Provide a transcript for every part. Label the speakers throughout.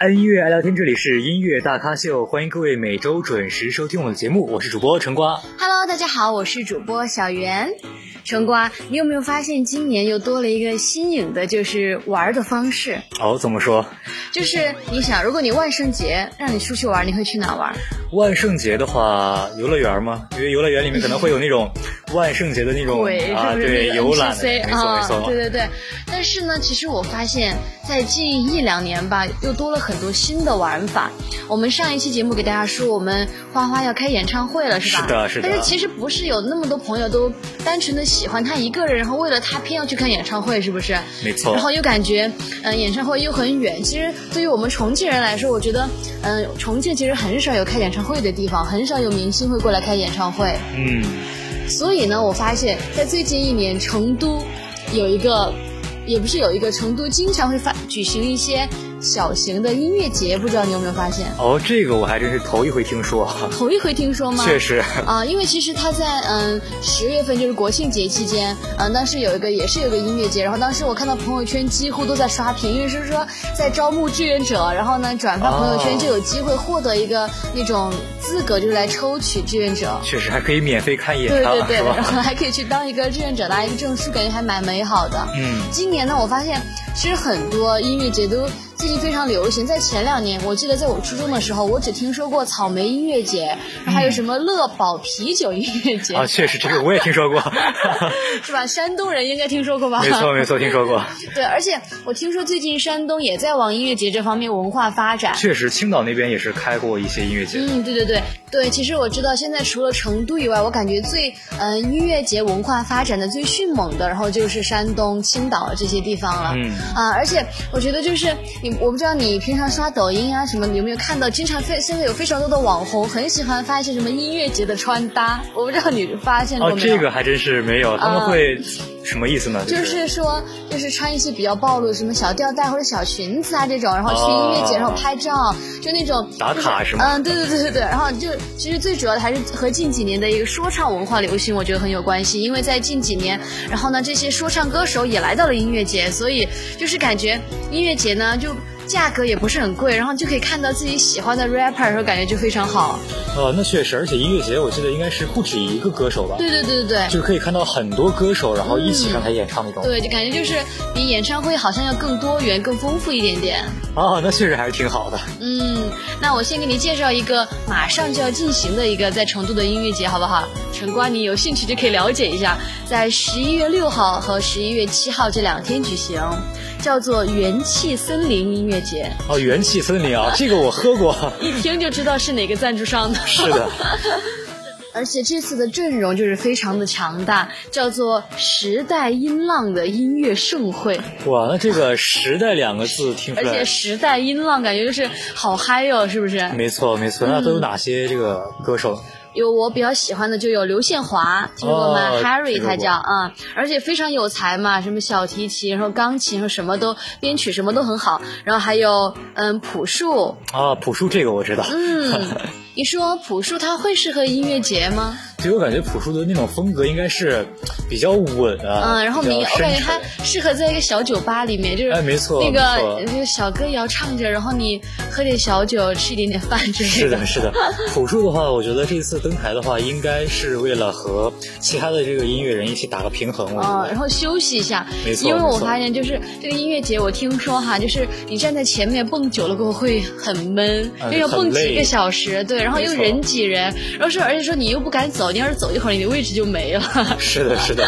Speaker 1: 爱音乐爱聊天，这里是音乐大咖秀，欢迎各位每周准时收听我的节目，我是主播陈瓜。
Speaker 2: Hello，大家好，我是主播小袁。橙瓜，你有没有发现今年又多了一个新颖的，就是玩儿的方式？
Speaker 1: 哦，怎么说？
Speaker 2: 就是你想，如果你万圣节让你出去玩儿，你会去哪玩儿？
Speaker 1: 万圣节的话，游乐园吗？因为游乐园里面可能会有那种万圣节的那种
Speaker 2: 鬼是
Speaker 1: 啊，
Speaker 2: 不是
Speaker 1: 对，
Speaker 2: 那个
Speaker 1: 游览的，
Speaker 2: NPC
Speaker 1: 没错没
Speaker 2: 啊？对
Speaker 1: 错。
Speaker 2: 对对。但是呢，其实我发现，在近一两年吧，又多了很多新的玩法。我们上一期节目给大家说，我们花花要开演唱会了，是吧？
Speaker 1: 是的是的
Speaker 2: 但是其实不是有那么多朋友都单纯的喜欢他一个人，然后为了他偏要去看演唱会，是不是？
Speaker 1: 没错
Speaker 2: 然后又感觉，呃，演唱会又很远。其实对于我们重庆人来说，我觉得，嗯、重庆其实很少有开演唱会的地方，很少有明星会过来开演唱会。
Speaker 1: 嗯，
Speaker 2: 所以呢，我发现，在最近一年，成都有一个，也不是有一个，成都经常会发举行一些小型的音乐节，不知道你有没有发现？
Speaker 1: 哦，这个我还真是头一回听说，
Speaker 2: 头一回听说吗？
Speaker 1: 确实。
Speaker 2: 啊、因为其实他在嗯十月份就是国庆节期间，嗯、当时有一个也是有一个音乐节，然后当时我看到朋友圈几乎都在刷屏，因为是说在招募志愿者，然后呢转发朋友
Speaker 1: 哦
Speaker 2: 圈就有机会获得一个那种资格，就是来抽取志愿者。
Speaker 1: 确实还可以免费看演
Speaker 2: 对
Speaker 1: 唱，
Speaker 2: 对对，
Speaker 1: 是
Speaker 2: 然
Speaker 1: 吧？
Speaker 2: 后还可以去当一个志愿者拿一个证书，感觉还蛮美好的。
Speaker 1: 嗯，
Speaker 2: 今年呢，我发现其实很多音乐节都最近非常流行。在前两年，我记得在我初中的时候，我只听说过草莓音乐节，然后还有什么乐宝啤酒音乐 节，
Speaker 1: 啊，确实这个我也听说过，
Speaker 2: 是吧？山东人应该听说过吧？
Speaker 1: 没错没错，听说过。
Speaker 2: 对，而且我听说最近山东也在往音乐节这方面文化发展。
Speaker 1: 确实，青岛那边也是开过一些音乐节。
Speaker 2: 嗯，对对对对，其实我知道，现在除了成都以外，我感觉最嗯、呃音乐节文化发展的最迅猛的，然后就是山东、青岛这些地方了。
Speaker 1: 嗯
Speaker 2: 啊，而且我觉得就是你，我不知道你平常刷抖音啊什么，你有没有看到，经常非现在有非常多的网红很喜欢发一些什么音乐节的穿搭，我不知道你发现过
Speaker 1: 哦，
Speaker 2: 没有？
Speaker 1: 这个还真是没有，他们
Speaker 2: 啊
Speaker 1: 会、什么意思呢？
Speaker 2: 就是说，就是穿一些比较暴露，什么小吊带或者小裙子啊这种，然后去音乐节，
Speaker 1: 哦
Speaker 2: 然后拍照，就那种
Speaker 1: 打卡
Speaker 2: 就是
Speaker 1: 吗
Speaker 2: 嗯，对对对对对。然后就其实最主要的还是和近几年的一个说唱文化流行，我觉得很有关系。因为在近几年，然后呢，这些说唱歌手也来到了音乐节，所以就是感觉音乐节呢就。价格也不是很贵，然后就可以看到自己喜欢的 rapper，然后感觉就非常好。
Speaker 1: 呃，那确实，而且音乐节我记得应该是不止一个歌手吧，
Speaker 2: 对对对对对。
Speaker 1: 就是可以看到很多歌手，然后一起上台演唱那种。
Speaker 2: 对，就感觉就是比演唱会好像要更多元、更丰富一点点。
Speaker 1: 啊，那确实还是挺好的。
Speaker 2: 嗯，那我先给你介绍一个马上就要进行的一个在成都的音乐节，好不好？陈瓜，你有兴趣就可以了解一下，在十一月六号和十一月七号这两天举行，叫做元气森林音乐节，
Speaker 1: 哦，元气森林啊，这个我喝过。
Speaker 2: 一听就知道是哪个赞助商的。
Speaker 1: 是的，
Speaker 2: 而且这次的阵容就是非常的强大，叫做时代音浪的音乐盛会。
Speaker 1: 哇，那这个“时代”两个字听出
Speaker 2: 而
Speaker 1: 来
Speaker 2: 且，时代音浪感觉就是好嗨哟、是不是？
Speaker 1: 没错没错。那都有哪些这个歌手？
Speaker 2: 有我比较喜欢的就有刘宪华，听说过吗、
Speaker 1: 哦
Speaker 2: h a r r y
Speaker 1: 听说过
Speaker 2: 他叫啊、而且非常有才嘛，什么小提琴，然后钢琴，然后什么都编曲什么都很好。然后还有嗯朴树，
Speaker 1: 啊，朴树这个我知道。
Speaker 2: 嗯，你说朴树他会适合音乐节吗？
Speaker 1: 对我感觉朴树的那种风格应该是比较稳啊，
Speaker 2: 嗯，然后
Speaker 1: 比较
Speaker 2: 民，我感觉
Speaker 1: 深
Speaker 2: 他
Speaker 1: 沉
Speaker 2: 适合在一个小酒吧里面，就是
Speaker 1: 哎没错
Speaker 2: 那个
Speaker 1: 没错
Speaker 2: 就是小歌谣唱着，然后你喝点小酒，吃一点点饭之类
Speaker 1: 是的，是的。朴树的话，我觉得这次登台的话，应该是为了和其他的这个音乐人一起打个平衡。我觉
Speaker 2: 嗯，
Speaker 1: 得
Speaker 2: 然后休息一下，
Speaker 1: 没错
Speaker 2: 因为
Speaker 1: 没
Speaker 2: 我
Speaker 1: 错
Speaker 2: 发现就是这个音乐节，我听说哈，就是你站在前面蹦久了过后会很闷，
Speaker 1: 嗯
Speaker 2: 又要
Speaker 1: 很
Speaker 2: 蹦几
Speaker 1: 累
Speaker 2: 个小时，对，然后
Speaker 1: 没
Speaker 2: 又
Speaker 1: 错
Speaker 2: 人挤人，然后说而且说你又不敢走，你要是走一会儿，你的位置就没了，
Speaker 1: 是的，是的。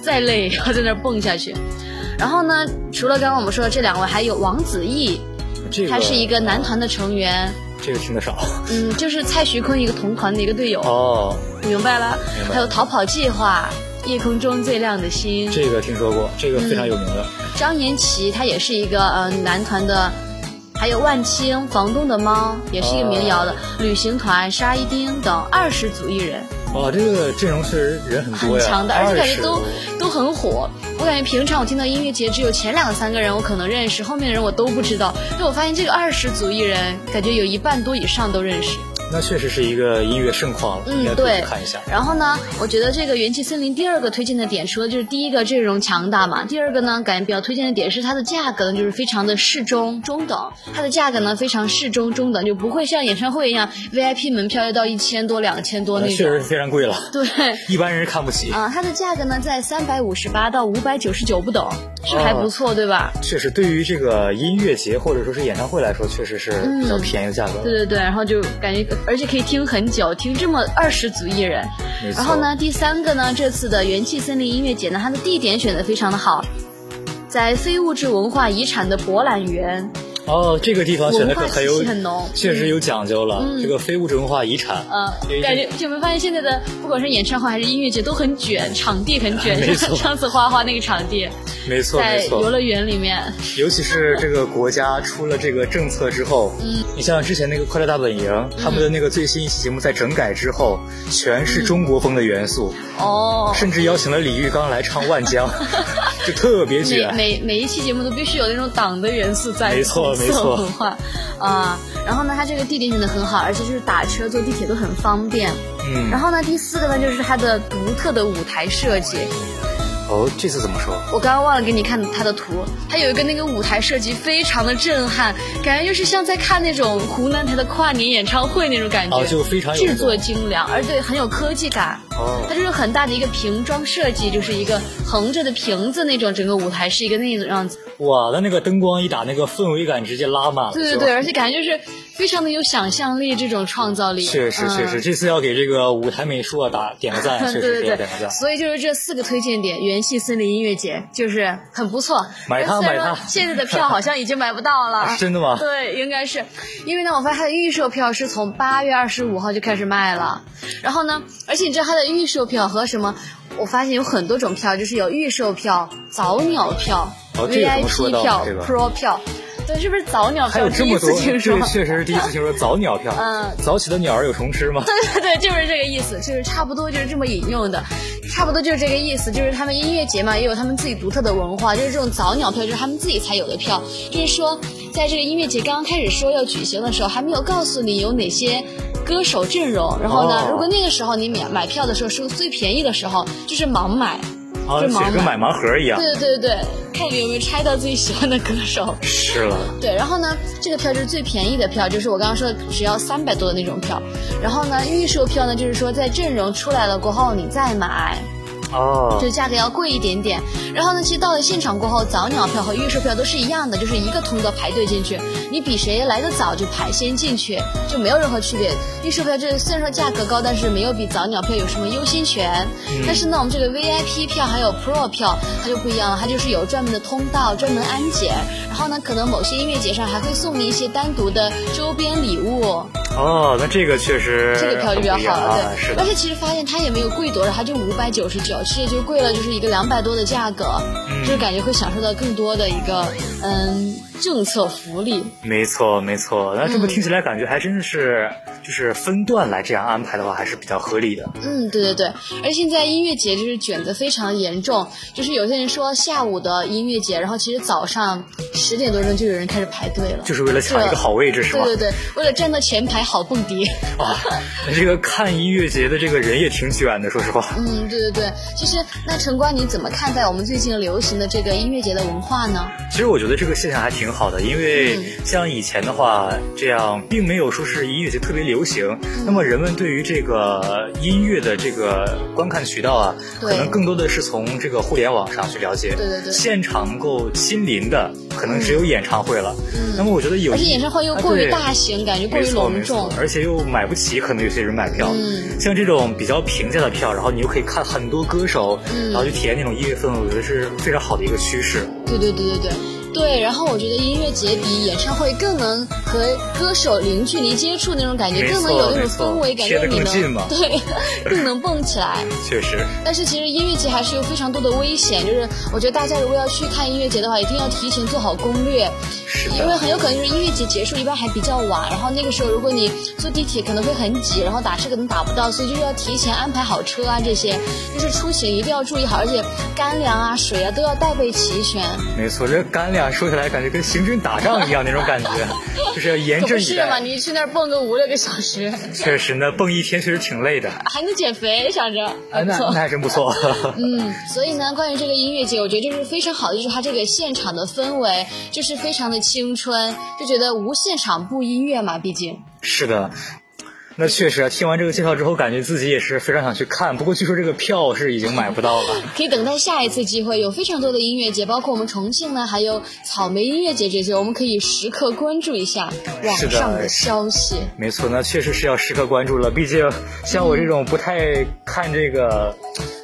Speaker 2: 再累也要在那儿蹦下去。然后呢，除了刚刚我们说的这两位，还有王子异，
Speaker 1: 这个
Speaker 2: 他是一个男团的成员，
Speaker 1: 这个听得 少
Speaker 2: 嗯，就是蔡徐坤一个同团的一个队友，
Speaker 1: 哦，
Speaker 2: 你明白了
Speaker 1: 明白？了
Speaker 2: 还有逃跑计划，夜空中最亮的星，
Speaker 1: 这个听说过，这个非常有名的。
Speaker 2: 张延齐他也是一个呃男团的还有万青、房东的猫也是一个民谣的，旅行团、沙一丁等二十组艺人，
Speaker 1: 哇，哦这个阵容是人很多
Speaker 2: 嗯很
Speaker 1: 呀，
Speaker 2: 强的，而且感觉都
Speaker 1: 20
Speaker 2: 都很火。我感觉平常我听到音乐节只有前两三个人我可能认识，后面的人我都不知道。但我发现这个二十组艺人，感觉有一半多以上都认识。
Speaker 1: 那确实是一个音乐盛况了，应该可
Speaker 2: 嗯，
Speaker 1: 以
Speaker 2: 对
Speaker 1: 去看一下。。
Speaker 2: 然后呢，我觉得这个元气森林第二个推荐的点，除了就是第一个阵容强大嘛，第二个呢，感觉比较推荐的点是它的价格呢，就是非常的适中中等，它的价格呢非常适中中等，就不会像演唱会一样 VIP 门票要到一千多、两千多
Speaker 1: 那
Speaker 2: 那
Speaker 1: 确
Speaker 2: 种。
Speaker 1: 实非常贵了，
Speaker 2: 对，
Speaker 1: 一般人看不起。
Speaker 2: 啊、它的价格呢在三百五十八到五百九十九不等，是还不错，对吧？
Speaker 1: 确实，对于这个音乐节或者说是演唱会来说，确实是比较便宜的价格。
Speaker 2: 嗯对对对，然后就感觉，而且可以听很久，听这么二十组艺人。
Speaker 1: 没错
Speaker 2: 然后呢，第三个呢，这次的元气森林音乐节呢，它的地点选的非常的好，在非物质文化遗产的博览园，
Speaker 1: 哦，这个地方选的可很有
Speaker 2: 文化气息很浓，
Speaker 1: 确实有讲究了。
Speaker 2: 嗯
Speaker 1: 这个非物质文化遗产，
Speaker 2: 呃
Speaker 1: 因为，
Speaker 2: 感觉就没发现现在的不管是演唱会还是音乐节都很卷，场地很卷，
Speaker 1: 没
Speaker 2: 就
Speaker 1: 错
Speaker 2: 像上次花花那个场地，
Speaker 1: 没错
Speaker 2: 在
Speaker 1: 没
Speaker 2: 游
Speaker 1: 错，
Speaker 2: 乐园里面，
Speaker 1: 尤其是这个国家出了这个政策之后，
Speaker 2: 嗯，
Speaker 1: 你像之前那个《快乐大本营》，他们的那个最新一期节目在整改之后，全是中国风的元素，
Speaker 2: 哦。
Speaker 1: 甚至邀请了李玉刚来唱《万江》， 就特别
Speaker 2: 每
Speaker 1: 卷。
Speaker 2: 每每一期节目都必须有那种党的元素在，
Speaker 1: 没错
Speaker 2: 红色
Speaker 1: 没错
Speaker 2: 文化啊、然后呢，它这个地点选的很好，而且就是打车坐地铁都很方便。
Speaker 1: 嗯
Speaker 2: 然，后呢，第四个呢就是它的独特的舞台设计。
Speaker 1: 哦，这次怎么说？
Speaker 2: 我刚刚忘了给你看它的图，它有一个那个舞台设计非常的震撼，感觉就是像在看那种湖南台的跨年演唱会那种感觉，
Speaker 1: 哦就非常有那
Speaker 2: 制
Speaker 1: 种
Speaker 2: 作精良，而且很有科技感。
Speaker 1: 哦
Speaker 2: 它就是很大的一个瓶装设计，就是一个横着的瓶子那种，整个舞台是一个那种样子。
Speaker 1: 哇，那那个灯光一打，那个氛围感直接拉满了。
Speaker 2: 对对
Speaker 1: 就
Speaker 2: 对，而且感觉就是非常的有想象力，这种创造力。
Speaker 1: 确实
Speaker 2: 嗯
Speaker 1: 确实，这次要给这个舞台美术啊打点个赞，确 实
Speaker 2: 对对
Speaker 1: 是要
Speaker 2: 对
Speaker 1: 点个赞，。
Speaker 2: 所以就是这四个推荐点，元气森林音乐节就是很不错。
Speaker 1: 买它
Speaker 2: 虽然说
Speaker 1: 买它
Speaker 2: 现在的票好像已经买不到了
Speaker 1: 啊。真的吗
Speaker 2: 对，应该是，因为呢，我发现它的预售票是从八月二十五号就开始卖了。然后呢，而且你知道它的预售票和什么？我发现有很多种票，就是有预售票、早鸟票、
Speaker 1: 哦这个怎么说
Speaker 2: VIP
Speaker 1: 到
Speaker 2: 票、
Speaker 1: 这个
Speaker 2: Pro 票。对，是不是早鸟
Speaker 1: 还
Speaker 2: 票？
Speaker 1: 有这么多，
Speaker 2: 第一次
Speaker 1: 这
Speaker 2: 听说。
Speaker 1: 确实是第一次听说早鸟票。
Speaker 2: 嗯
Speaker 1: 早起的鸟儿有虫吃吗？
Speaker 2: 对对 对，就是这个意思，就是差不多就是这么引用的，差不多就是这个意思，就是他们音乐节嘛，也有他们自己独特的文化，就是这种早鸟票，就是他们自己才有的票，就是说，在这个音乐节刚刚开始说要举行的时候，还没有告诉你有哪些。歌手阵容，然后呢
Speaker 1: 哦？
Speaker 2: 如果那个时候你买买票的时候是最便宜的时候，就是盲买，
Speaker 1: 啊，
Speaker 2: 就
Speaker 1: 确
Speaker 2: 是盲
Speaker 1: 实跟
Speaker 2: 买。
Speaker 1: 买盲盒一样。
Speaker 2: 对对对对，看你有没有拆到自己喜欢的歌手。
Speaker 1: 是了，
Speaker 2: 对，然后呢，这个票就是最便宜的票，就是我刚刚说的只要三百多的那种票。然后呢，预售票呢，就是说在阵容出来了过后你再买，
Speaker 1: 哦
Speaker 2: 就价格要贵一点点。然后呢，其实到了现场过后，早鸟票和预售票都是一样的，就是一个通道排队进去，你比谁来的早就排先进去，就没有任何区别。预售票这虽然说价格高，但是没有比早鸟票有什么优先权。但是呢，我们这个 VIP 票还有 Pro 票它就不一样了，它就是有专门的通道，专门安检。然后呢，可能某些音乐节上还会送你一些单独的周边礼物。
Speaker 1: 哦，那这个确实
Speaker 2: 这个票就比较
Speaker 1: 很不一样
Speaker 2: 好了，
Speaker 1: 啊
Speaker 2: 对。
Speaker 1: 是的
Speaker 2: 但，是其实发现它也没有贵多少，它就五百九十九，其实就贵了就是一个两百多的价格，
Speaker 1: 嗯
Speaker 2: 就是感觉会享受到更多的一个嗯政策福利。
Speaker 1: 没错没错。那这么
Speaker 2: 嗯
Speaker 1: 听起来感觉还真是，就是分段来这样安排的话，还是比较合理的。
Speaker 2: 嗯，对对对，而且现在音乐节就是卷得非常严重，就是有些人说下午的音乐节，然后其实早上十点多钟就有人开始排队了，
Speaker 1: 就是为了抢一个好位置是吗？
Speaker 2: 对对对，为了站到前排好蹦迪。
Speaker 1: 啊，那这个看音乐节的这个人也挺卷的，说实话。
Speaker 2: 嗯，对对对，其实那陈官你怎么看待我们最近流行的这个音乐节的文化呢？
Speaker 1: 其实我觉得这个现象还挺好的，因为
Speaker 2: 嗯
Speaker 1: 像以前的话，这样并没有说是音乐节特别流行。
Speaker 2: 嗯
Speaker 1: 那么人们对于这个音乐的这个观看渠道啊，
Speaker 2: 对
Speaker 1: 可能更多的是从这个互联网上去了解。
Speaker 2: 对对对
Speaker 1: 现场能够亲临的，可能只有演唱会了。
Speaker 2: 嗯
Speaker 1: 那么我觉得有，
Speaker 2: 而且演唱会又过于大型，感觉过
Speaker 1: 啊没
Speaker 2: 于
Speaker 1: 错，没
Speaker 2: 隆
Speaker 1: 错
Speaker 2: 重，。
Speaker 1: 而且又买不起，可能有些人买票。
Speaker 2: 嗯
Speaker 1: 像这种比较平价的票，然后你又可以看很多歌手，
Speaker 2: 嗯
Speaker 1: 然后去体验那种音乐氛围，我觉得是非常好的一个趋势。
Speaker 2: 对对对对对对。然后我觉得音乐节比演唱会更能和歌手零距离接触那种感觉，
Speaker 1: 没
Speaker 2: 更
Speaker 1: 错
Speaker 2: 能有那
Speaker 1: 没
Speaker 2: 种
Speaker 1: 错
Speaker 2: 氛围感，
Speaker 1: 贴得
Speaker 2: 让你
Speaker 1: 更近
Speaker 2: 能
Speaker 1: 嘛
Speaker 2: 对更能蹦起来。
Speaker 1: 确实，
Speaker 2: 但是其实音乐节还是有非常多的危险，就是我觉得大家如果要去看音乐节的话，一定要提前做好攻略，
Speaker 1: 是的，
Speaker 2: 因为很有可能就是音乐节结束一般还比较晚，然后那个时候如果你坐地铁可能会很挤，然后打车可能打不到，所以就是要提前安排好车啊这些，就是出行一定要注意好，而且干粮啊、水啊都要带备齐全。
Speaker 1: 没错，这干粮说起来感觉跟行军打仗一样那种 感觉，哎就是要严
Speaker 2: 可不
Speaker 1: 阵以
Speaker 2: 是嘛，
Speaker 1: 待。
Speaker 2: 你去那儿蹦个五六个小时，
Speaker 1: 确实呢，蹦一天确实挺累的，
Speaker 2: 还能减肥，想着。
Speaker 1: 哎， 那那还真不错。
Speaker 2: 嗯，所以呢，关于这个音乐节，我觉得就是非常好的，就是它这个现场的氛围，就是非常的青春，就觉得无现场不音乐嘛，毕竟。
Speaker 1: 是的，那确实啊，听完这个介绍之后，感觉自己也是非常想去看。不过据说这个票是已经买不到了。
Speaker 2: 可以等待下一次机会，有非常多的音乐节，包括我们重庆呢，还有草莓音乐节这些，我们可以时刻关注一下网
Speaker 1: 是的
Speaker 2: 上的消息。
Speaker 1: 没错，那确实是要时刻关注了。毕竟像我这种不太看这个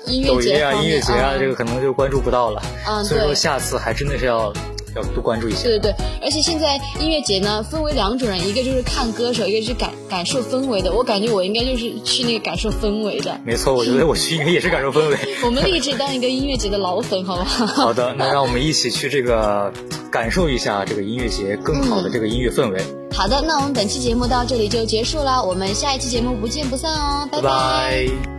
Speaker 2: 音乐
Speaker 1: 抖音
Speaker 2: 节
Speaker 1: 啊、
Speaker 2: 方面
Speaker 1: 音乐节啊，
Speaker 2: 嗯
Speaker 1: 这个可能就关注不到了。
Speaker 2: 嗯
Speaker 1: 所以说
Speaker 2: 对
Speaker 1: 下次还真的是要要多关注一下。
Speaker 2: 对对对，而且现在音乐节呢分为两种人，一个就是看歌手，一个就是感感受氛围的。我感觉我应该就是去那个感受氛围的。
Speaker 1: 没错，我觉得 我去应该也是感受氛围。
Speaker 2: 我们立志当一个音乐节的老粉，好不好？
Speaker 1: 好的， 那让我们一起去这个感受一下这个音乐节更好的这个音乐氛围。
Speaker 2: 好的，那我们本期节目到这里就结束了，我们下一期节目不见不散 哦，
Speaker 1: 拜拜。